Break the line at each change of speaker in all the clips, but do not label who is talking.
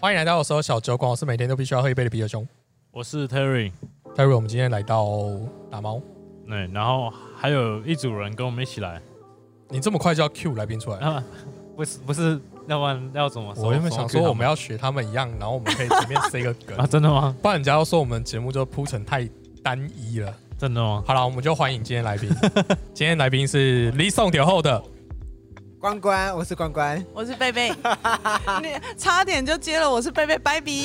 欢迎来到我说小酒馆，我是每天都必须要喝一杯的啤酒兄。
我是 Terry，
待会我们今天来到打猫，
对，然后还有一组人跟我们一起来，
你这么快就要 Q 来宾出来？
那么不是不是，要不然要怎么说？
我原本想说我们
要
要学他们一样，然后我们可以前面塞个梗
啊，，真的吗？
不然人家要说我们节目就铺陈太单一了。
真的吗？
好了，我们就欢迎今天来宾。今天来宾是离送酒后的，
关关，我是关关。
我是贝贝， 你差点就接了，我是贝贝，拜比。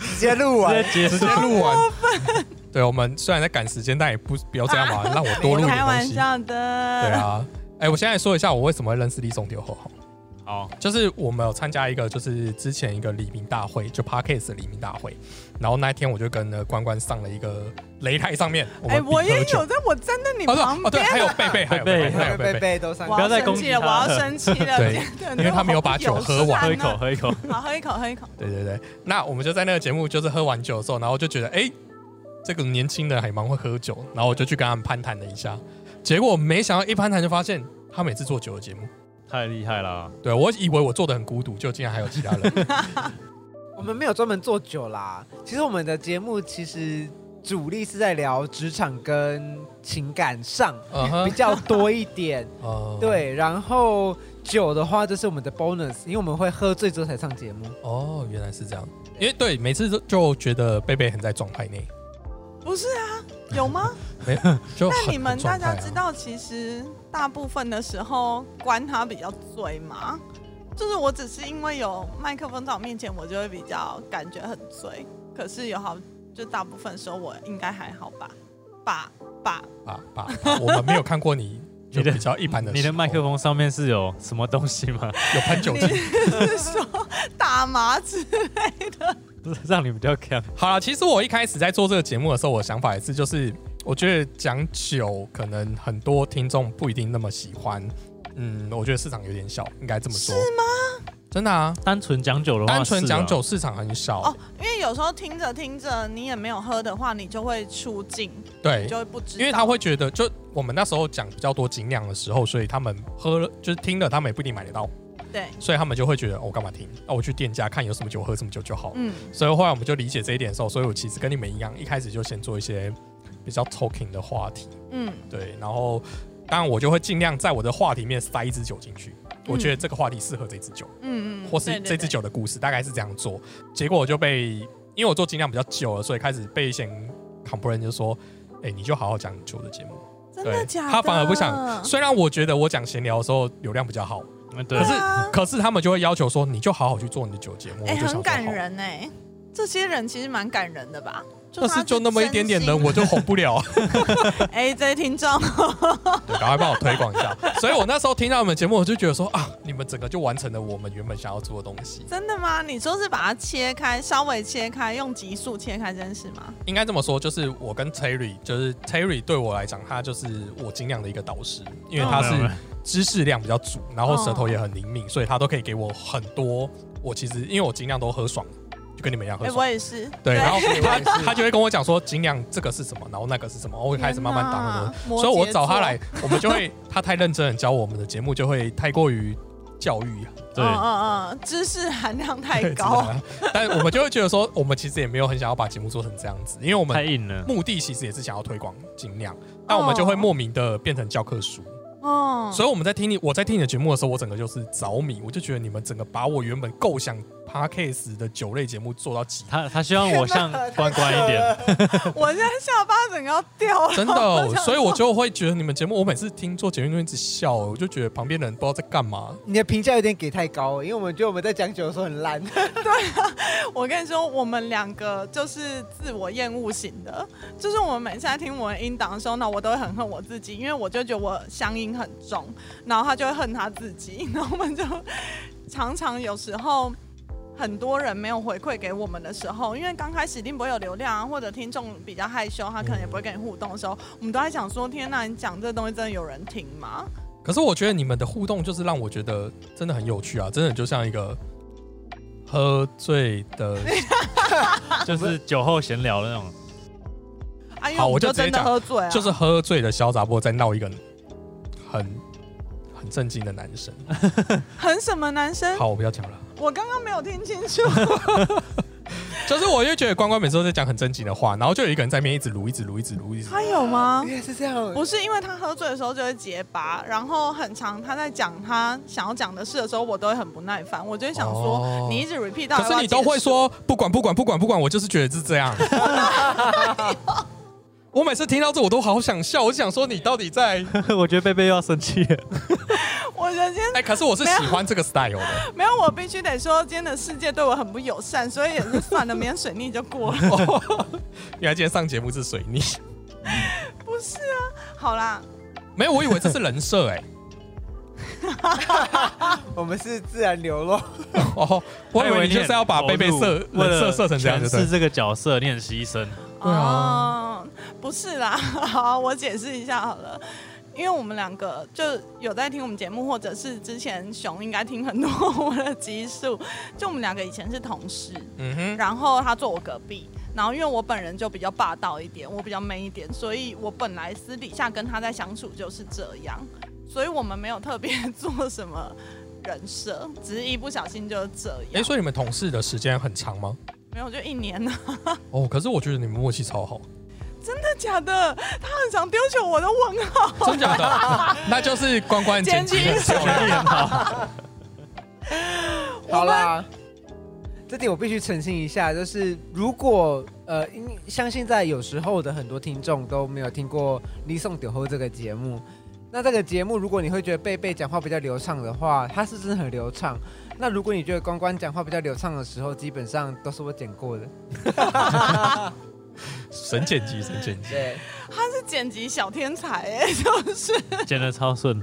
直接录完，
接
直接录啊完。对，我们虽然在赶时间，但也不不要这样嘛，让我多录一点
开
东
玩
西。
笑的。
对，啊，哎，我现在说一下我为什么会认识李送酒后好了。
好，
就是我们有参加一个，就是之前一个黎明大会，就 Parkes 黎明大会，然后那一天我就跟呃关关上了一个擂台上面，我
哎、
们
我
一起
也
喝酒
有，在，我站在你
哦对
旁
哦对，
边。啊
还有贝贝，还有贝贝，
贝贝
还有贝
贝
贝，
贝都上
我
不要
要
再
生
攻
气
击
了，
他
我要
了
生气了。
对
真的
因为他没有把酒喝完
喝一口，。喝一口，
好，喝一口，喝一口。
对对对。那我们就在那个节目，就是喝完酒的时候，然后就觉得，哎，这个年轻人还蛮会喝酒，然后我就去跟他们攀谈了一下，结果没想到一攀谈就发现他每次做酒的节目，
太厉害了！，
对我以为我做的很孤独，就竟然还有其他人，
我们没有专门做酒啦。其实我们的节目其实主力是在聊职场跟情感上
嗯
比
哼，
较多一点。
呃，
对，然后酒的话，这是我们的 bonus，因为我们会喝醉之后才上节目。
哦，原来是这样，因为对每次都就觉得贝贝很在状态内。
不是啊，有吗？
就
那
很
你们
很
大
状态
家
啊
知道，其实大部分的时候关他比较醉吗？就是我只是因为有麦克风在我面前，我就会比较感觉很醉。可是有好，就大部分时候我应该还好吧，吧 吧。
吧吧，吧啊我们没有看过你就
你的
比较一般的
你
时
的
候
麦克风上面是有什么东西吗？
有喷酒精。
是说打麻子，
让你比较强，
好了，其实我一开始在做这个节目的时候，我想法也是，就是我觉得讲酒可能很多听众不一定那么喜欢，嗯，我觉得市场有点小，应该这么说。是吗？真的啊，
单纯讲酒的话，
单纯
是啊
讲酒市场很小，
哦，因为有时候听着听着你也没有喝的话，你就会出镜，
对
你就，会不知道。
因为他会觉得，就我们那时候讲比较多精酿的时候，所以他们喝了就是听了，他们也不一定买得到，
对，
所以他们就会觉得，哦我、干嘛听？那、我去店家看有什么酒喝什么酒就好了。
嗯，
所以后来我们就理解这一点的时候，所以我其实跟你们一样，一开始就先做一些比较 talking 的话题，
嗯，
对，然后当然我就会尽量在我的话题里面塞一支酒进去，我觉得这个话题适合这支酒，
嗯嗯，
或是
对对
这支
对
酒的故事，大概是这样做。结果我就被，因为我做精酿比较久了，所以开始被一些 complain 就说，哎、你就好好讲酒的节目。
真
对
的假的？
他反而不想，虽然我觉得我讲闲聊的时候流量比较好，
嗯
可
对，
是、
啊
可是他们就会要求说，你就好好去做你的酒节目。我就
哎、
想
很
说哦
感
好
人哎、这些人其实蛮感人的吧？
但
他
是就那么一点点人，
真心
我就红不了。
哎、这些听众，
对，赶快帮我推广一下。所以我那时候听到你们节目，我就觉得说啊，你们整个就完成了我们原本想要做的东西。
真的吗？你说是把它切开，稍微切开，用级数切开这件事吗？
应该这么说，就是我跟 Terry，就是 Terry 对我来讲，他就是我精酿的一个导师，因为他
没有没
是
有
知识量比较足，然后
哦
舌头也很灵敏，所以他都可以给我很多。我其实因为我精酿都喝爽，就跟你们一样喝
哎、
爽。
我也是。
对，然后
对
他
我也是
他就会跟我讲说，精酿这个是什么，然后那个是什么，我会开始慢慢打很多
摩羯座
所以我找他来，我们就会 他太认真的教我们的节目，就会太过于教育啊，
对
嗯嗯嗯，知识含量太
对
高。
知道吗但我们就会觉得说，我们其实也没有很想要把节目做成这样子，因为我
太
们
硬了，
目的其实也是想要推广精酿，但我们就会莫名的变成教科书。
哦，
所以我们在听你我在听你的节目的时候，我整个就是着迷，我就觉得你们整个把我原本构想 podcast 的酒类节目做到极致。
他他希望我像关关 一点，
我现在下巴整个要掉了，
真的
我
哦、
想
所以我就会觉得你们节目，我每次听做节目都一直笑，我就觉得旁边的人不知道在干嘛。
你的评价有点给太高，因为我们觉得我们在讲酒的时候很烂。
我跟你说，我们两个就是自我厌恶型的，就是我们每次在听我们音档的时候呢，我都会很恨我自己，因为我就觉得我乡音很重，然后他就会恨他自己， 然后我们就常常有时候。很多人没有回馈给我们的时候，因为刚开始一定不会有流量啊，或者听众比较害羞，他可能也不会跟你互动的时候，我们都在想说：天呐，你讲这东西真的有人听吗？
可是我觉得你们的互动就是让我觉得真的很有趣啊，真的就像一个喝醉 的，
就是酒后闲聊的那种。
啊，因为
好
我
我
们
就
就
直接
真的
讲
喝醉啊，
就是喝醉的小杂货在闹一个很很震惊的男生。
很什么男生，
好，我不要讲了。
我刚刚没有听清楚。
就是我就觉得关关每次都在讲很正经的话，然后就有一个人在那边一直撸，一直撸，一直撸，一直撸。
他有吗？
原来是这样，
不是，因为他喝醉的时候就会结巴，然后很长。他在讲他想要讲的事的时候，我都会很不耐烦，我就会想说，
哦
你一直 repeat 到
可
底要不要
是
结束，
你都会说不管不管不管不管，我就是觉得是这样。我每次听到这，我都好想笑。我就想说，你到底在……
我觉得贝贝又要生气了。
我觉得今天
哎、可是我是喜欢这个 style 的。
没有，我必须得说，今天的世界对我很不友善，所以也是算了，明天水逆就过了。
原来今天上节目是水逆，
不是啊，好啦，
没有，我以为这是人设哎、
我们是自然流露，
哦，我以为你就是要把贝贝设
为
人设
了
设成这样就对
诠释
了。
这个角色，你很牺牲。
对啊
哦，不是啦，好，我解释一下好了。因为我们两个就有在听我们节目，或者是之前熊应该听很多我的集数。就我们两个以前是同事，
嗯哼，
然后他坐我隔壁，然后因为我本人就比较霸道一点，我比较 man 一点，所以我本来私底下跟他在相处就是这样，所以我们没有特别做什么人设，只是一不小心就是这样。
哎、所以你们同事的时间很长吗？
没有就一年呢，
哦，可是我觉得你们默契超好，
真的假的？他很想丢球我的问号，
真假的？ 那就是关关剪辑很
剪
漂亮。
好啦，这点我必须澄清一下，就是如果呃，因像现在有时候的很多听众都没有听过《离送酒后》这个节目，那这个节目如果你会觉得贝贝讲话比较流畅的话，它是真的很流畅。那如果你觉得关关讲话比较流畅的时候，基本上都是我剪过的。
神剪辑，神剪辑。
对，
他是剪辑小天才哎、就是
剪的超顺，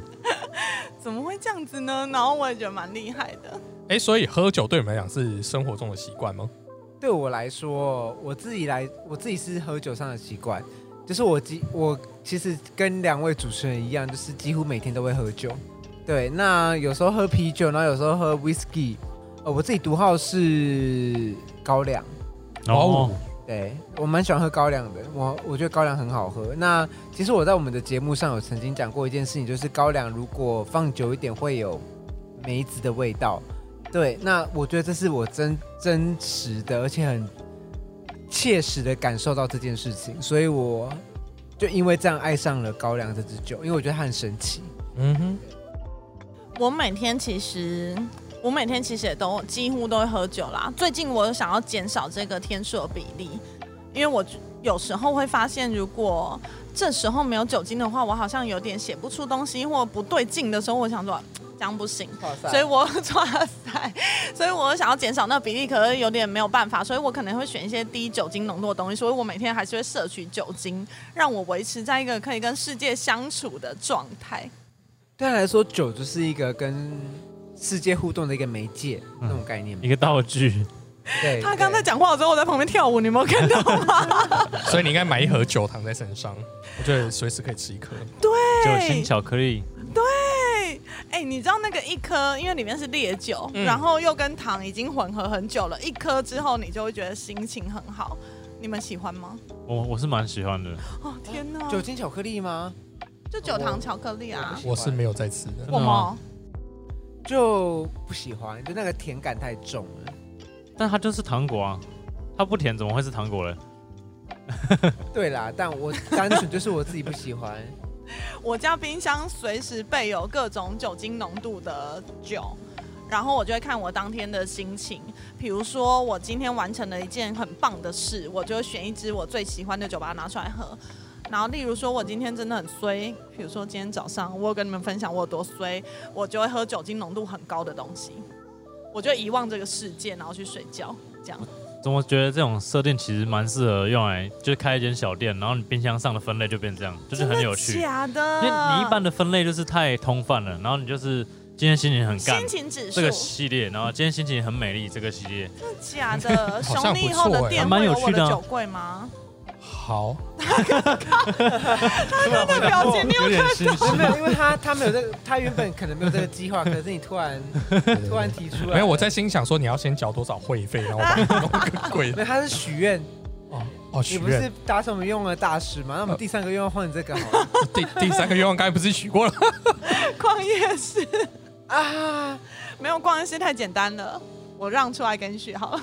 怎么会这样子呢？然后我也觉得蛮厉害的，
哎、所以喝酒对你们来讲是生活中的习惯吗？
对我来说，我自己来，我自己是喝酒上的习惯，就是我几我其实跟两位主持人一样，就是几乎每天都会喝酒。对，那有时候喝啤酒，然后有时候喝 whisky。呃，我自己独号是高粱，
哦
哦，
对我蛮喜欢喝高粱的，我我觉得高粱很好喝。那其实我在我们的节目上有曾经讲过一件事情，就是高粱如果放久一点会有梅子的味道。对，那我觉得这是我真真实的，而且很切实的感受到这件事情，所以我就因为这样爱上了高粱这支酒，因为我觉得它很神奇。
嗯哼，
我每天其实，我每天其实也都几乎都会喝酒啦。最近我想要减少这个天数的比例，因为我有时候会发现，如果这时候没有酒精的话，我好像有点写不出东西或不对劲的时候，我想说这样不行。所以我 抓塞，所以我想要减少那个比例，可是有点没有办法，所以我可能会选一些低酒精浓度的东西，所以我每天还是会摄取酒精，让我维持在一个可以跟世界相处的状态。
对他来说，酒就是一个跟世界互动的一个媒介，那种概念。
一个道具，
对，
他刚才
对
讲话的时候，我在旁边跳舞，你有没有看到吗？
所以你应该买一盒酒躺在身上，我觉得随时可以吃一颗。
酒心巧克力，
对，哎、你知道那个一颗，因为里面是烈酒，
嗯
然后又跟糖已经混合很久了，一颗之后你就会觉得心情很好。你们喜欢吗？
我我是蛮喜欢的。
哦天哪，
酒精巧克力吗？
就酒糖巧克力
我
啊
不喜，欢
我是没有在吃的，
真的
我吗
吗？
就不喜欢，就那个甜感太重了。
但它就是糖果啊，它不甜怎么会是糖果嘞？
对啦，但我单纯就是我自己不喜欢。
我家冰箱随时备有各种酒精浓度的酒，然后我就会看我当天的心情。比如说，我今天完成了一件很棒的事，我就会选一支我最喜欢的酒把它拿出来喝。然后，例如说，我今天真的很衰，比如说今天早上我有跟你们分享我有多衰，我就会喝酒精浓度很高的东西，我就遗忘这个世界，然后去睡觉。这样
怎么觉得这种设定其实蛮适合用来就是开一间小店，然后你冰箱上的分类就变这样，就是很有趣。
真
因
的假的？
为你一般的分类就是太通泛了，然后你就是今天心情很干
心情指数
这个系列，然后今天心情很美丽这个系列，
假的，
好
熊
像
你以
不
后
错
的
欸
店
还蛮
会
有
有我
趣的
的
啊
酒柜吗？
好，
他的表情
哦
你有
有点心虚。
没有，因为他他没有这个，他原本可能没有这个计划，可是你突然突然提出来，
没有，我在心想说你要先缴多少会费，然后我帮你弄个鬼
没有，他是许愿，
哦哦许
你不是
愿。
达成我们愿望的大师嘛？那我们第三个愿望换你这个好了
第第三个愿望刚才不是许过了？
逛夜市，
啊！
没有逛夜市太简单了，我让出来给你许好了，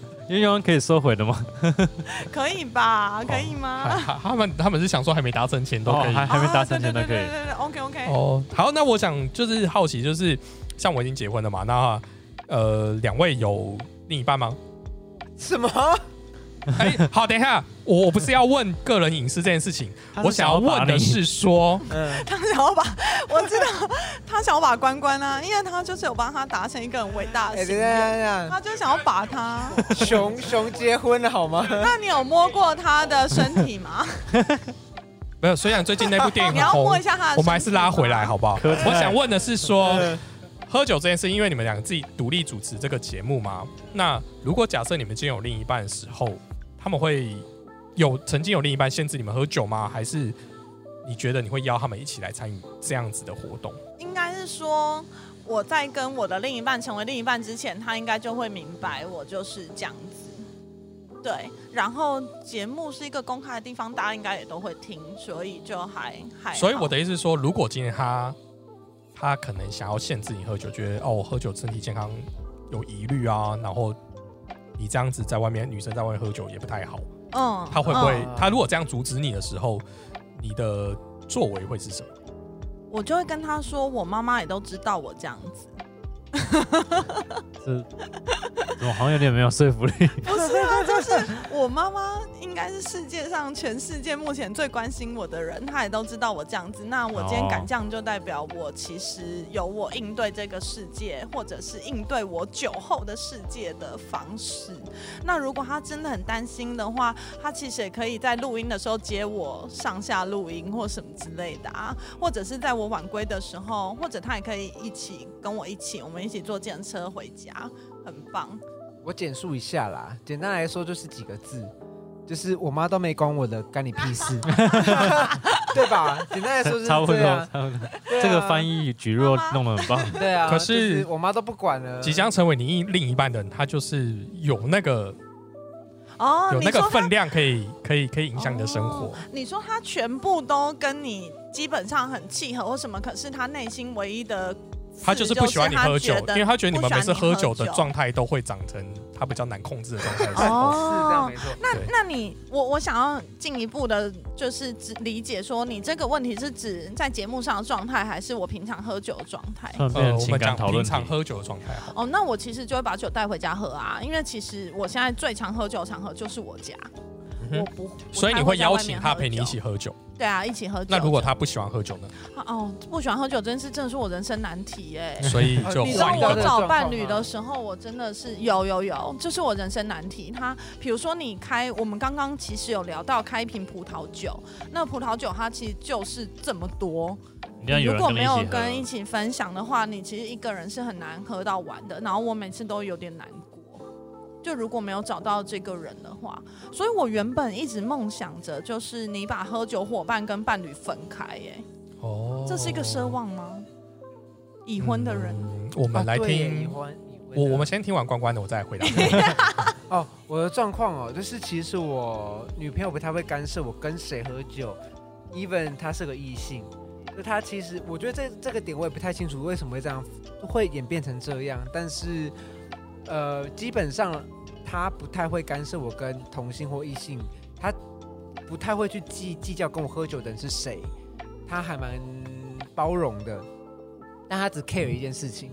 因为可以收回的吗？
可以吧？可以吗？
他他们他们是想说还没达成前都可以
哦还没达成
对
前都
对
可
对
以。
对对，OK OK，
哦，好，那我想就是好奇，就是像我已经结婚了嘛，那呃，两位有另一半吗？
什么？
哎、好，等一下，我我不是要问个人隐私这件事情，
他是
我想要问的是说，
嗯，
他想要把， 我知道他想要把关关啊，因为他就是有帮他达成一个很伟大的
哎，
心
等一
愿，
下等
他就想要把他。
一下，熊熊结婚了好吗？
那你有摸过他的身体吗？
没有，虽然最近那部电影
你
很
要
红，
摸一下他的身体吗
我们还是拉回来好不好？
可以
我想问的是说，
嗯
喝酒这件事，因为你们两个自己独立主持这个节目嘛，那如果假设你们今天有另一半的时候，他们会有曾经有另一半限制你们喝酒吗？还是你觉得你会邀他们一起来参与这样子的活动？
应该是说我在跟我的另一半成为另一半之前，他应该就会明白我就是这样子。对，然后节目是一个公开的地方，大家应该也都会听，所以就还还好。
所以我的意思是说，如果今天他他可能想要限制你喝酒，觉得哦我喝酒身体健康有疑虑啊，然后你这样子在外面女生在外面喝酒也不太好，
嗯
他会不会、
嗯
他如果这样阻止你的时候，你的作为会是什么？
嗯我就会跟他说，我妈妈也都知道我这样子。
这我好像有点没有说服力。
不是啊，就是我妈妈应该是世界上全世界目前最关心我的人，她也都知道我这样子。那我今天敢这样，就代表我其实有我应对这个世界，或者是应对我酒后的世界的方式。那如果她真的很担心的话，她其实也可以在录音的时候接我上下录音或什么之类的啊，或者是在我晚归的时候，或者她也可以一起跟我一起，我们一起坐电车回家，很棒。
我简述一下啦，简单来说就是几个字，就是我妈都没管我的，干你屁事，对吧？简单 来
啊
说就是
差不多，
这
差
样，
不多。
对啊
这个翻译举若弄得很棒，
对啊，
可是
就我妈都不管
呃
了，
即将成为你另一半的人，他就是有那个
哦，
有
你
那个
说他
分量，可以可以可以影响你的生活
哦。你说他全部都跟你基本上很契合或什么，可是他内心唯一的刺
他就是不喜欢你喝酒
就是他觉，得
因为他觉得你们每次
不喜欢
喝
你喝
酒的
酒
状态都会长成他比较难控制的状态是什么。
哦
是这样没错。
对
那你我我想要进一步的，就是只理解说你这个问题是指在节目上的状态，还是我平常喝酒的状态？
突然变
呃，
成
我
情
们
感
讲
讨论
平
题。
常喝酒的状态好。
哦，那我其实就会把酒带回家喝啊，因为其实我现在最常喝酒的场合就是我家，
嗯哼
我不，
所以你会邀请他陪你一起
喝？
喝酒。
对啊，一起喝酒。
那如果他不喜欢喝酒呢？
哦不喜欢喝酒，真是真的是我人生难题 耶、
所以就
你知道
换一
我
个。
找伴侣的时候，我真的是有有有，这是我人生难题。他比如说你开，我们刚刚其实有聊到开一瓶葡萄酒，那葡萄酒它其实就是这么多，
你要
你
有
如
人
果
跟你
没
一起
有
喝
跟一起分享的话，你其实一个人是很难喝到完的。然后我每次都有点难过，就如果没有找到这个人的话，所以我原本一直梦想着，就是你把喝酒伙伴跟伴侣分开、耶，
哦
这是一个奢。望吗？已婚的人。啊
嗯我们来
哦对耶已
听，
婚已婚
我
的
我们先听完关关的，我再回答。
哦，我的状况哦，就是其实我女朋友不太会干涉我跟谁喝酒，even 她是个异性，就她其实我觉得这这个点我也不太清楚为什么会这样，会演变成这样，但是呃，基本上她不太会干涉我跟同性或异性，她不太会去计计较跟我喝酒的人是谁，她还蛮包容的，但她只 care 一件事情，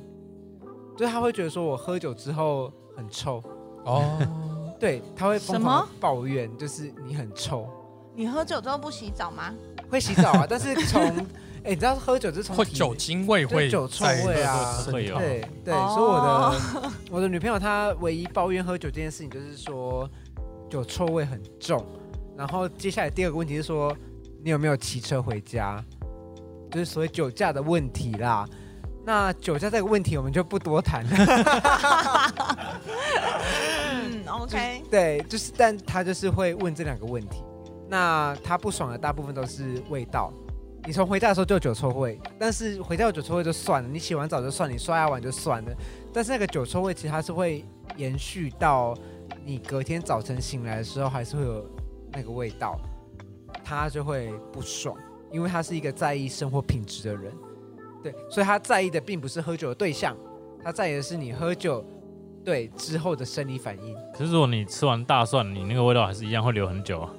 就是她会觉得说我喝酒之后很臭。
哦，
对，他会
什
疯
么
狂地抱怨，就是你很臭，
你喝酒之后不洗澡吗？
会洗澡啊， 但是从，哎、你知道喝酒是从
会
体
酒精味
对
会
酒臭
在
味啊
身
会
体
有
对对，
哦
所以我的我的女朋友她唯一抱怨喝酒这件事情，就是说酒臭味很重。然后接下来第二个问题是说，你有没有骑车回家？就是所谓酒驾的问题啦。那酒驾这个问题我们就不多谈了。
嗯，OK，
对，就是，但他就是会问这两个问题。那他不爽的大部分都是味道。你从回家的时候就有酒臭味，但是回家有酒臭味就算了，你洗完澡就算，你刷牙完就算了，但是那个酒臭味其实它是会延续到你隔天早晨醒来的时候，还是会有那个味道，他就会不爽，因为他是一个在意生活品质的人，对，所以他在意的并不是喝酒的对象，他在意的是你喝酒对之后的生理反应。
可是如果你吃完大蒜，你那个味道还是一样会留很久啊。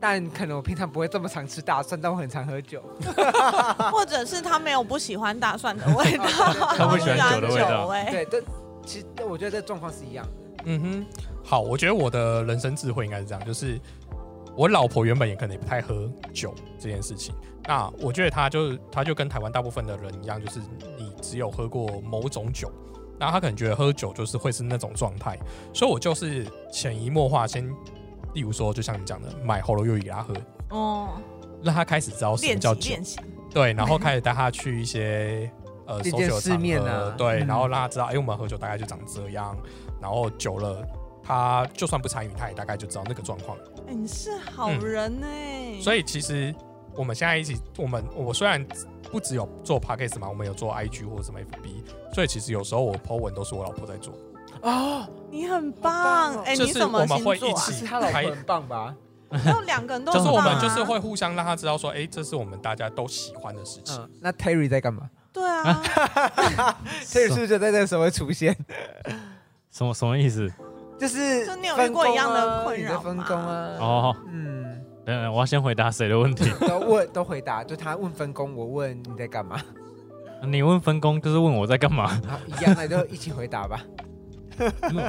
但可能我平常不会这么常吃大蒜，但我很常喝 酒。
或者是他没有不喜欢大蒜的 味道，
他不喜欢酒的味道
不喜欢酒味
对，但其实我觉得这状况是一样的。
嗯哼，好，我觉得我的人生智慧应该是这样，就是我老婆原本也可能也不太喝酒这件事情。那我觉得她就是，她就跟台湾大部分的人一样，就是你只有喝过某种酒，那她可能觉得喝酒就是会是那种状态，所以我就是潜移默化先，例如说，就像你讲的，买喉咙又给她喝，
哦，
让她开始知道什么
练
叫
习
酒，
练习，
对，然后开始带她去一些呃
见
social 场合
世面啊
对，
嗯
然后让她知道，哎、我们喝酒大概就长这样，然后久了。她就算不参与，她也大概就知道那个状况。
哎你是好人
嗯
哎，
所
以
以其实我们现在一起，我们我虽然不只有做 podcast 嘛，我们有做 IG 或者什么 FB，所以其实有时候我 po 文都是我老婆在做，
哦，
你很
好棒
棒
哦
哎，
就
你
是
什么
我们
星
会
座
一
啊？
起
是他老婆很棒吧？
然后两个人都
就是
很
我
棒
们
啊
就是会互相让她知道说，哎、这是我们大家都喜欢的事情。
嗯，那 Terry 在干嘛
对啊，
？Terry 是不是就在这个时候会出 现？
什么什么意思？
就是
就你有遇
分
过一样的
工啊
困扰
你的分工啊。
哦，
嗯，
等等，我要先回答谁的问 题？
都问 都回答，就他问分工，我问你在干嘛，
你问分工就是问我在干嘛？
好一样，那就一起回答吧。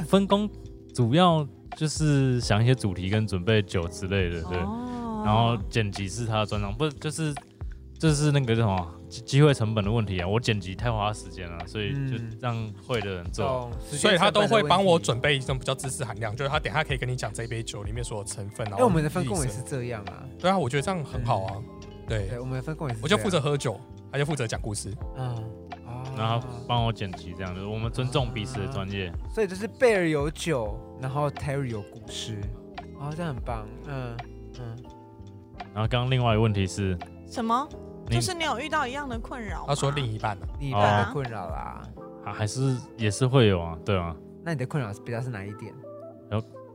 分工主要就是想一些主题跟准备酒之类的，对。
哦
然后剪辑是他的专长，不是就是就是那个叫什么机机会成本的问题啊？我剪辑太花时间了，所以就
嗯
让会的人做。
懂，哦时间
所以她都会帮我准
成
备一种比较知识含量，就是她等一下可以跟你讲这一杯酒里面所有成分。然后
本的问题。因哎为我们的分工
意
也
思
是这样啊，
对啊，我觉得这样很好啊。
对，
嗯
对，
我们的分工也是这样。
我就负责喝酒，她就负责讲故事。
嗯，哦
然后帮我剪辑，这样子，我们尊重彼此的专业。
所以就是贝尔有酒，然后 Terry 有古诗，哦，这样很棒，嗯嗯，
然后刚刚另外一个问题是，
什么？
你
就是你有遇到一样的困扰吗？
她说另一半呢、啊
你一般的困扰啦，
啊还是也是会有啊，对啊，
那你的困扰比较是哪一点？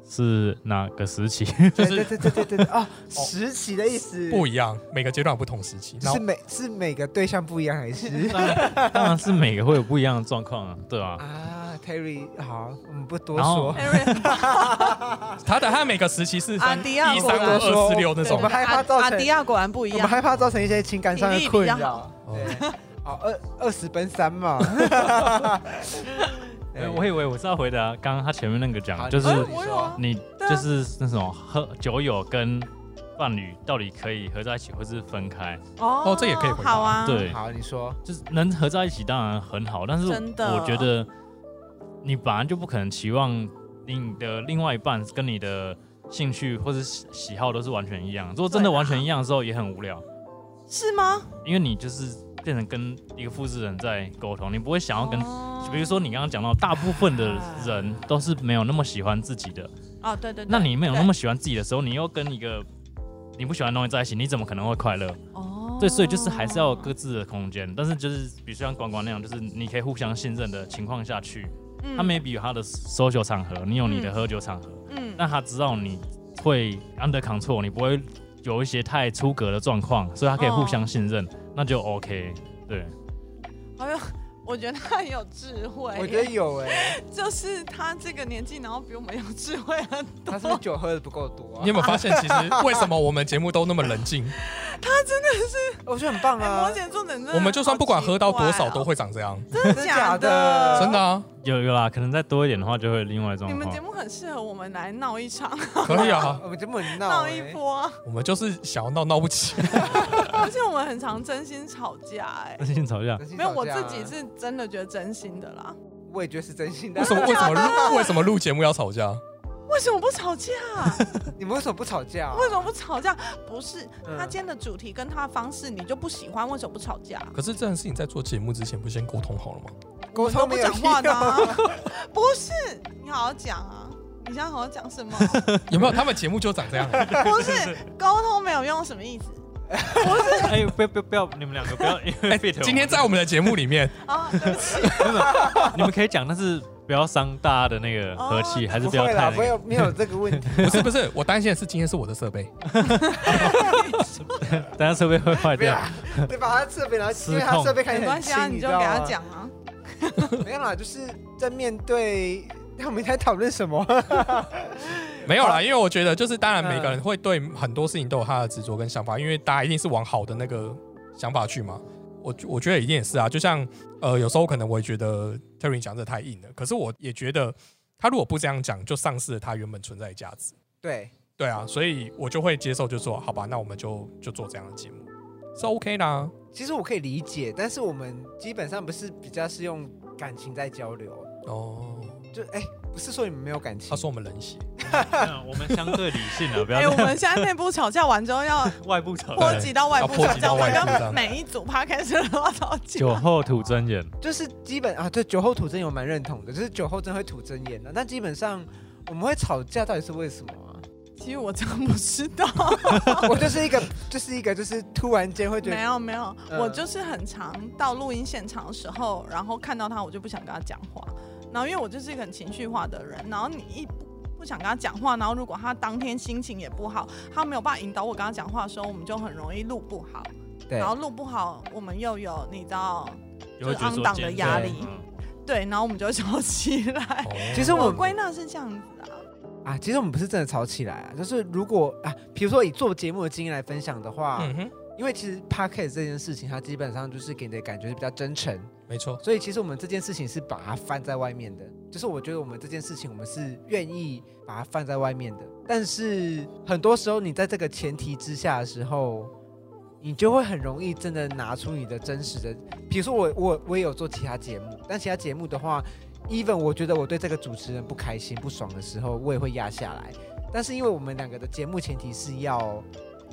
是哪个时 期？
就
对
是
对对对对对， 对哦，时期的意思，
啊
不一样，每个阶段有不同时期。然
就
后
是每是每个对象不一样 还是
当然是每个会有不一样的状况啊，对啊。
啊？Terry，好，我们不多
然后
说，
Aaron
她的她每个时期是
阿
分
迪亚
一
果
三
然
五二四六那
我
种
们。害怕造
阿
成
阿迪亚果然不一
我们
样。
害怕造成一些情感上
体
的
力
困
比较
扰，对，好二二十奔 三嘛，
哎我以为我是要回答刚刚他前面那个
好
讲，就是
哎
你
我有啊，
你
对啊
就是那种喝酒友跟伴侣到底可以合在一起，或是分开？
哦
哦这也可以回答
好啊，
对，
好，你说，
就是能合在一起当然很好，但是
真的
我觉得你本来就不可能期望你的另外一半跟你的兴趣或是喜喜好都是完全一样。如果真的
对啊
完全一样的时候，也很无聊，
是吗？
因为你就是变成跟一个复制人在沟通，你不会想要跟。
哦
比如说，你刚刚讲到，大部分的人都是没有那么喜欢自己的，
哦，对对对，
那你没有那么喜欢自己的时候，你又跟一个你不喜欢的东西在一起，你怎么可能会快乐？
对哦，
对，所以就是还是要有各自的空间。但是就是比如像管管那样，就是你可以互相信任的情况下去，
嗯
他 maybe 有他的 social 场合，你有你的
嗯
喝酒场合，
嗯
那他知道你会 under control，你不会有一些太出格的状况，所以他可以互相信任，那就 OK。对，
好有，我觉得他很有智慧，
我 觉得有哎，
就是他这个年纪，然后比我们有智慧很多，
他是不是酒喝的不够多啊
你有？没有发现，其实为什么我们节目都那么冷 静？
我觉得很棒
哎，
啊
摩，羯座的人真的
我们就算不管喝到多少，
好奇怪
都
哦
会长这样，
真的
真
假
假
的，
的
真的。啊，
有有啦，可能再多一点的话就会另外状
你们
况
节。目很适合我们来闹一场，
可以啊，
我们节目很闹
闹
哎
一波 啊，
我们就是想要闹闹不 起，
而且我们很常真心吵架，哎，
真心吵架，
真心
没有，
吵
我
架
自
啊
己，是真的觉得真心的啦。
我也觉得是真心的
为
啊。
什么为什么录为什么录节目要吵架？
为什么不吵 架？
你们为什么不吵架啊？
为什么不吵架？不是
嗯
他今天的主题跟他的方式，你就不喜欢，为什么不吵架？
可是这件事情在做节目之前不先沟通好了吗？
沟
我们都
通
不
没有啊
讲话的、
用
啊，不是你好好讲啊，你现在好好讲什么？
有没有？他们节目就长这 样，啊
不是沟通没有用，什么意思？
哎，不要不要不要，你们两个不要因为 fit 我
今天在我们的节目里面，
啊，对不起，
你们可以讲，但是不要伤大家的那个和气，还是
不
不要
会啦，
太
没有没有这个问题。
不是不是，我担心的是今天是我的设备，
等下设备会坏
不要
掉。，
你把他设备，然后
失
因为他
控
设备看
没
起来
关
很
系啊，
轻，
你就
知道
给他
吗。
讲啊。
没有啦，就是在面对，那我们在讨论什 么？
没有啦，因为我觉得就是当然每个人会对很多事情都有他的执着跟想法，因为大家一定是往好的那个想法去嘛。我我觉得一定也是啊，就像呃，有时候可能我也觉得 Terry 讲这太硬了，可是我也觉得他如果不这样讲，就丧失了他原本存在的价值。
对，
对
嗯
啊，所以我就会接受，就说好吧，那我们就就做这样的节目是 OK 啦。
其实我可以理解，但是我们基本上不是比较是用感情在交流，
哦，
就哎、不是说你们没有感情
他，说我们冷血，
我们相对理性啊 了，不
哎，
要
我们现在内部吵架完之后要
外部扯。
波及到外部
对
吵架，
要
我
波及到外部
们
这
跟
样
每一组 p 开始 c 都要吵架。
酒后吐真言，
就是基本啊，对酒后吐真言我蛮认同的，就是酒后真的会吐真言的、那基本上我们会吵架，到底是为什么啊？
其实我真的不知道，
我就是一个，就是一个，就是突然间会觉
没
得，
有没有，
嗯
我就是很常到录音现场的时候，然后看到他，我就不想跟他讲话。然后因为我就是一个很情绪化的人，然后你一不不想跟他讲话，然后如果他当天心情也不好，他没有办法引导我跟他讲话的时候，我们就很容易录不好。
对
然后录不好，我们又有你知道
就会觉得
就是
说
昂档的压
力
嗯
对，然后我们就吵起
哦
来。
哎其实
所以
我
我归纳是这样子啊，
啊，其实我们不是真的吵起来啊，就是如果啊，比如说以做节目的经验来分享的话，
嗯哼，
因为其实 podcast 这件事情，它基本上就是给你的感觉是比较真诚，
没错，
所以其实我们这件事情是把它放在外面的，就是我觉得我们这件事情我们是愿意把它放在外面的，但是很多时候你在这个前提之下的时候，你就会很容易真的拿出你的真实的，比如说我我我也有做其他节目，但其他节目的话，even 我觉得我对这个主持人不开心不爽的时候，我也会压下来，但是因为我们两个的节目前提是要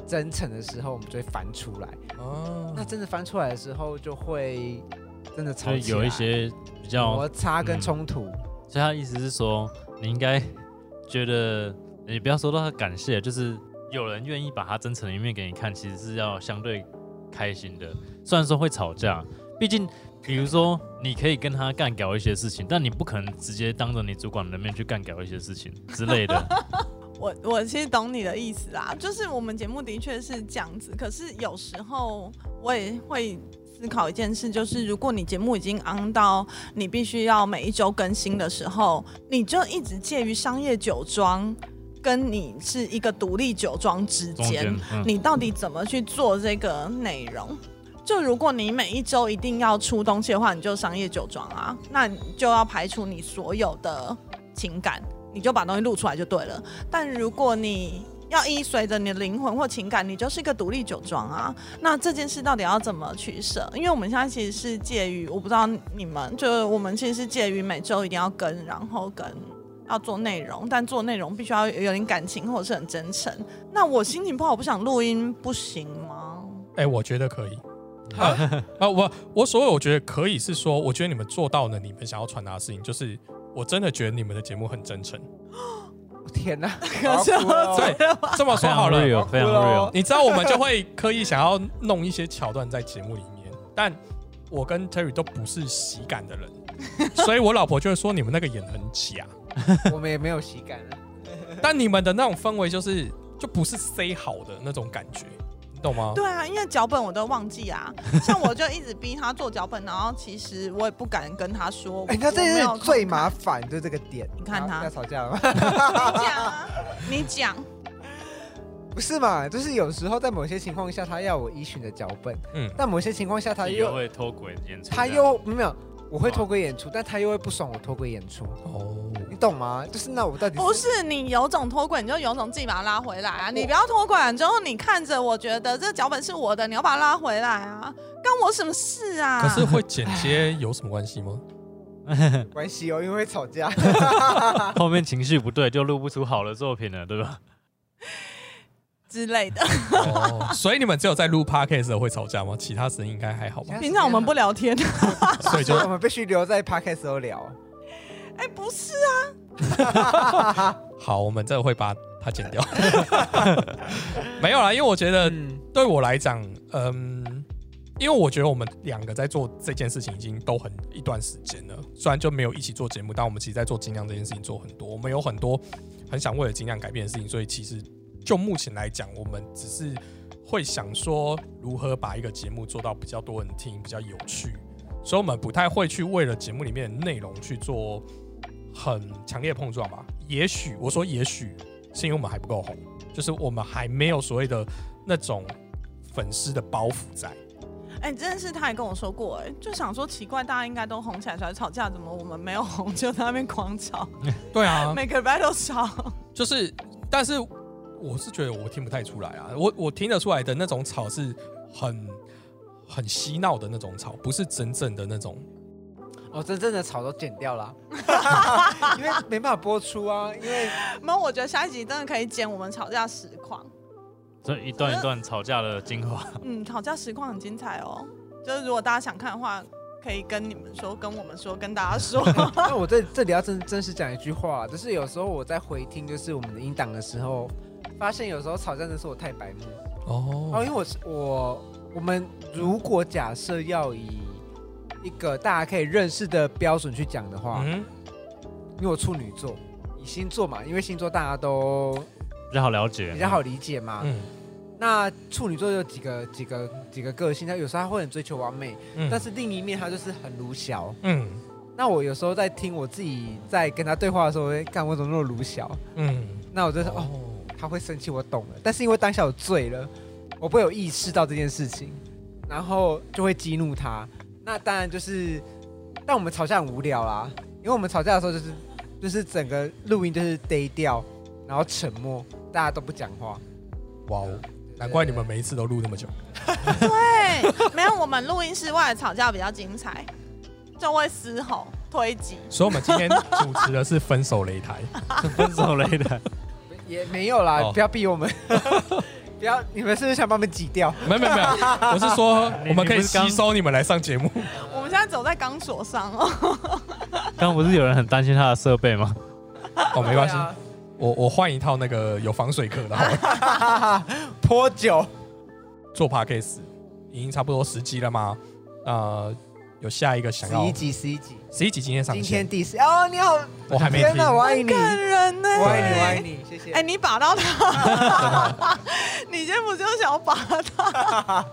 真诚的时候，我们就会翻出来，
哦
那，真的翻出来的时候就会。真的
就
吵
是
起
有一
来
些比
嗯
较
摩擦跟冲突。
所以他意思是说，你应该觉得，你不要说到他感谢，就是有人愿意把他真诚的一面给你看，其实是要相对开心的。虽然说会吵架，毕竟比如说你可以跟他干搞一些事情，但你不可能直接当着你主管的面去干搞一些事情之类的。
我我其实懂你的意思啦，就是我们节目的确是这样子，可是有时候我也会思考一件事，就是如果你节目已经昂到你必须要每一周更新的时候，你就一直介于商业酒庄跟你是一个独立酒庄之
中
间
间，，嗯，
你到底怎么去做这个内容？就如果你每一周一定要出东西的话，你就商业酒庄啊，那你就要排除你所有的情感，你就把东西录出来就对了。但如果你要依随着你的灵魂或情感，你就是一个独立酒庄啊。那这件事到底要怎么取舍？因为我们现在其实是介于，我不知道你们，就是我们其实是介于每周一定要跟，然后跟要做内容，但做内容必须要有点感情或者是很真诚。那我心情不好，我不想录音，不行吗？
哎，我觉得可以。啊，我我所谓我觉得可以是说，我觉得你们做到了你们想要传达的事情，就是我真的觉得你们的节目很真诚。
我天哪，
可是
好哭哦
对这么
非
说
常
好了，
real，
好
非常
酷哦
real。
你知道我们就会刻意想要弄一些桥段在节目里面，但我跟 Terry 都不是喜感的人，所以我老婆就会说你们那个演得很假，
我们也没有喜感啊。
但你们的那种氛围就是就不是 say 好的那种感觉，你懂
哦
吗？
对啊，因为脚本我都忘 记啊，像我就一直逼他做脚本，然后其实我也不敢跟他说。
哎，那这件
我没有
事
空
最麻烦，就这个点。
你看他
要吵架了吗？
你讲啊，你讲，
不是嘛？就是有时候在某些情况下，他要我依循的脚本，
嗯，
但某些情况下他
你又
又
会脱轨演出这样，
他又没有，我会脱轨演出，但他又会不爽我脱轨演出，
哦，
你懂吗？就是那我到底
不是你有种脱轨，你就有种自己把它拉回来啊！你不要脱轨之后，你看着我觉得这脚本是我的，你要把它拉回来啊，干我什么事啊？
可是会剪接有什么关系吗？
关系哦，因为会吵架。
后面情绪不对，就录不出好的作品了，对吧？
之类
哎
的，
哦，所以你们只有在录 podcast 的时候会吵架吗？其他时间应该还好吧？
平常我们不聊天。
所以就
我们必须留在 podcast 都聊。
哎、不是，
好，我们这会把它剪掉。 没有啦，因为我觉得
嗯，
对我来讲，嗯，因为我觉得我们两个在做这件事情已经都很一段时间了，虽然就没有一起做节目，但我们其实在做精酿这件事情做很多，我们有很多很想为了精酿改变的事情，所以其实就目前来讲，我们只是会想说如何把一个节目做到比较多人听，比较有趣，所以我们不太会去为了节目里面的内容去做很强烈的碰撞吧。也许我说也许是因为我们还不够红，就是我们还没有所谓的那种粉丝的包袱在。
哎、真的是他也跟我说过、哎，就想说奇怪，大家应该都红起来才吵架，怎么我们没有红 就在那边狂吵，
对 啊，
每个礼拜都吵。
就是，但是我是觉得我听不太出来啊，我我听得出来的那种吵是很很嬉闹的那种吵，不是真正的那种。
我哦真正的草都剪掉 了， 因为没办法播出啊，因为
没有，我觉得下一集真的可以剪我们吵架实况。
这一段一段吵架的精 华，
嗯，吵架实况很精彩哦。就是如果大家想看的话，可以跟你们说，跟我们说，跟大 家说。
那我这这里要真真实讲一句话，就是有时候我在回听就是我们的音档的时候，发现有时候吵架的是我太白目哦，
哦
因为我是我我们如果假设要以一个大家可以认识的标准去讲的话，
嗯，
因为我处女座，以星座嘛，因为星座大家都
比较好了解，
比较好理解嘛。
啊嗯
那处女座有几个几个几个个性，他有时候他会很追求完美，
嗯，
但
是
是另一面他就是很鲁小。
嗯
那我有时候在听我自己在跟他对话的时候，我会干我怎么那么鲁小？
嗯，
那我就是哦，他会生气，我懂了。但是因为当下我醉了，我不会有意识到这件事情，然后就会激怒他。那当然就是，但我们吵架很无聊啦，因为我们吵架的时候就是就是整个录音就是呆掉，然后沉默，大家都不讲话。
哇哦，难怪你们每一次都录那么久。
对，没有，我们录音室外的吵架比较精彩，就会嘶吼、推挤。
所以我们今天主持的是分手擂台。
分手类的，
也没有啦，
哦
不要逼 我们，不要你们是不是想把我们挤掉？
没有没有没有，我是 说
你
我们可
你
以
不是刚
吸收你们来上节目。
我们现在走在钢索上哦。
刚刚不是有人很担心他的设备吗？
哦，没关系
对，啊
我我换一套那个有防水壳的好了。
泼酒，
做 podcast 已经差不多十集了嘛，呃，有下一个想
十
要
一集，十一集，
十一集今天上
今天
线，
第十哦，你好，
我还没
天
听，Oh
哪，我爱你，
感人欸呢、
我爱你，我爱你，谢谢。
哎、你把到他， 你今天不就想要把他？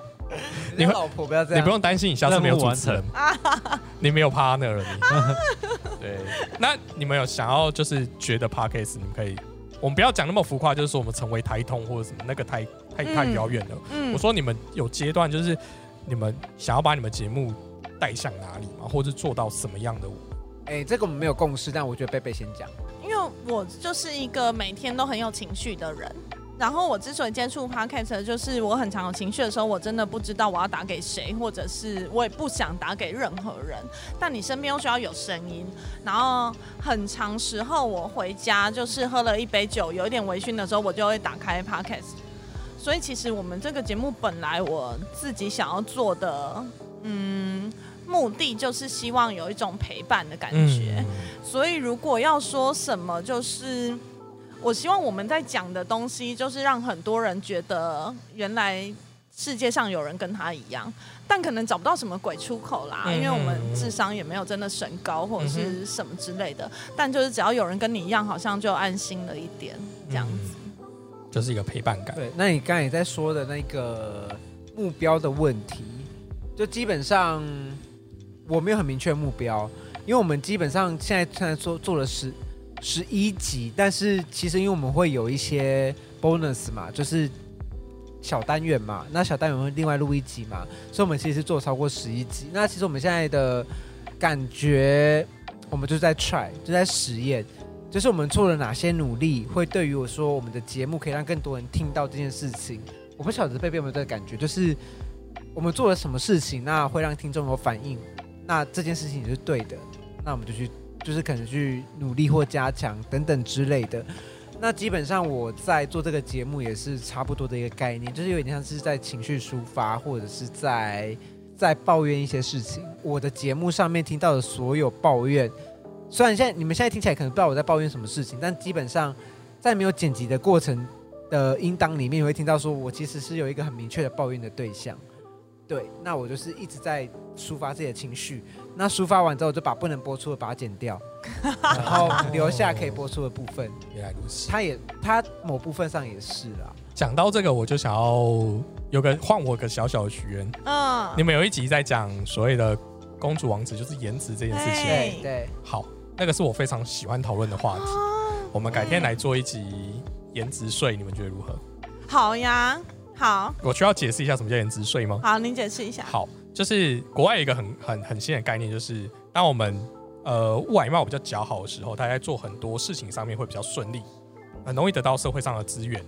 你会
老婆不要这
你
样，
不用担心，你下次没有主持人
任，
你没有 partner 了你。 对，那你们有想要就是觉得 podcast 你们可以，我们不要讲那么浮夸，就是说我们成为台通或者什么，那个太太太
嗯
遥远了。
嗯
我说你们有阶段，就是你们想要把你们节目带向哪里嘛，或者做到什么样的？
哎、这个我们没有共识，但我觉得贝贝先讲。
因为我就是一个每天都很有情绪的人。然后我之所以接触 podcast，就是我很常有情绪的时候，我真的不知道我要打给谁，或者是我也不想打给任何人。但你身边又需要有声音。然后很长时候我回家就是喝了一杯酒，有一点微醺的时候，我就会打开 podcast。所以其实我们这个节目本来我自己想要做的，嗯，目的就是希望有一种陪伴的感
嗯
觉。所以如果要说什么，就是我希望我们在讲的东西，就是让很多人觉得原来世界上有人跟他一样，但可能找不到什么鬼出口啦，
嗯
因为我们智商也没有真的神高或者
嗯
是什么之类的。但就是只要有人跟你一样，好像就安心了一点，这样子。
就是一个陪伴感。
对，那你刚才也在说的那个目标的问题，就基本上我没有很明确的目标，因为我们基本上现在现在做做了十十一集，但是其实因为我们会有一些 bonus 嘛，就是小单元嘛，那小单元会另外录一集嘛，所以我们其实做超过十一集。那其实我们现在的感觉，我们就是在 try，就在实验。就是我们做了哪些努力，会对于我说我们的节目可以让更多人听到这件事情。我不晓得贝贝有没有这个感觉，就是我们做了什么事情，那会让听众有反应，那这件事情也是对的，那我们就去，就是可能去努力或加强等等之类的。那基本上我在做这个节目也是差不多的一个概念，就是有点像是在情绪抒发，或者是在在抱怨一些事情。我的节目上面听到的所有抱怨，虽然现在你们现在听起来可能不知道我在抱怨什么事情，但基本上在没有剪辑的过程的音档里面，你会听到说我其实是有一个很明确的抱怨的对象。对，那我就是一直在抒发自己的情绪。那抒发完之后，就把不能播出的把它剪掉，然后留下可以播出的部分。
原来如此。
它也，它某部分上也是啦。
讲到这个，我就想要有个换我个小小的许愿。
嗯，
你们有一集在讲所谓的公主王子，就是颜值这件事情。
哎
对对，
好，那个是我非常喜欢讨论的话题。我们改天来做一集颜值税，你们觉得如何？
好呀，好
我需要解释一下什么叫颜值税吗？
好，您解释一下。
好，就是国外有一个很很很新的概念，就是当我们呃外貌比较较好的时候，他在做很多事情上面会比较顺利，很容易得到社会上的资源。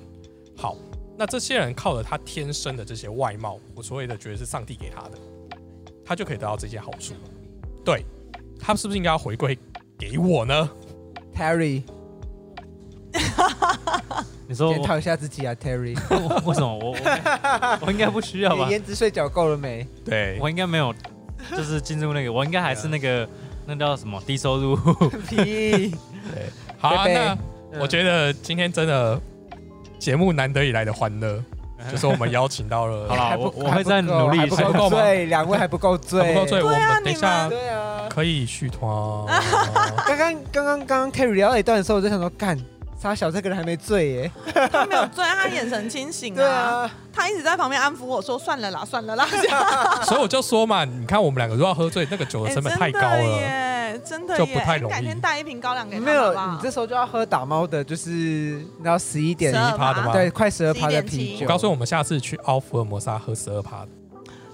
好，那这些人靠着他天生的这些外貌，我所谓的觉得是上帝给他的，他就可以得到这些好处。对，他是不是应该要回归给我呢？
，Terry，
你说
检
哦我
讨一下自己啊，Terry，
我为什么我我应该 我应该不需要吧
你？颜值税缴够了 没？
对，
我应该没有，就是进入那个，我应该 还
啊
是那个那叫什么低收入户。
屁！
好啊、
贝贝
那我觉得今天真的节目难得以来的欢乐，就是我们邀请到了。
好啦
还不
我我
还
会
不
再
够
努力一下
还不
还不够
够
吗
醉，两位还不够
差不
醉，
多，所以我
对啊
们等一下
对啊。
可以续团。
刚刚刚刚刚刚 Terry 聊到一段的时候，我就想说，干，傻小这个人还没醉耶。
他没有醉，他眼神清醒
对
啊。
啊，
他一直在旁边安抚我说：“算了啦，算了啦。这样
所以我就说嘛，你看我们两个如果要喝醉，那个酒的
哎
成本太
真
高
的
了。
耶，真的耶，
就不太容易
你改天带一瓶高粱给他
没有，你这时候就要喝打猫的，就是你知道十一点
12趴的吗
对，快十二趴的
11.7
啤酒。
我告诉我们下次去奥福尔摩沙喝十二趴的，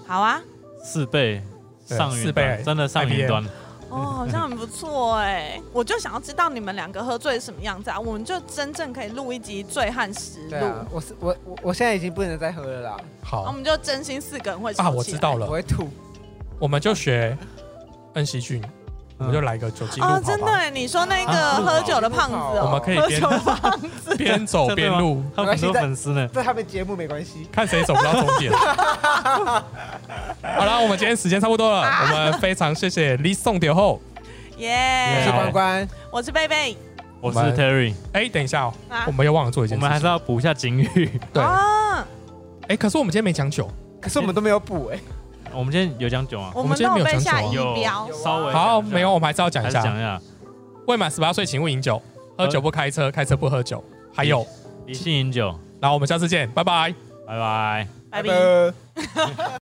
好 啊，
四倍
对
上云
四倍
端，真的上
IPA
云 端。
哦，好像很不错哎。我就想要知道你们两个喝醉是什么样子啊，我们就真正可以录一集醉汉实录，
对啊，我是我我我现在已经不能再喝了啦，
然后我
好
们就真心四个人会吵
啊，
起来
我知道
我
了，
会吐。
我们就学恩熙俊，我们就来个酒精路
嗯
跑
哦，真的
吧，
耶，你说
啊
那个
录好
喝酒的胖子哦，
我们可以
喝
边
酒吧
边走边录，
他们很多
没关系
粉丝呢。
在他们节目没关系。
看谁走不到终 点。好了，我们今天时间差不多了，我
啊
们非常谢谢李宋点后。
我
耶
是
好
关关，
我是贝贝
我是
我们
Terry，
哎，等一下哦
啊，
我们又忘了做一
我
件事
们还是
情。
要补一下警语。
对，
啊，
哎，可是我们今天没讲酒。
可是我们都没有补哎。
我们今天有讲酒吗？
我
们
们
今天
都
没有
被
讲
下
酒啊
一
有
标，
稍微
好，没有，我们还是要讲
还
一
是讲
下。
一下。
未满十八岁，请勿饮酒，喝酒不开车，开车不喝酒。还有，
理性饮酒，
然后我们下次见，拜拜。
拜拜。
呃
拜拜。
拜。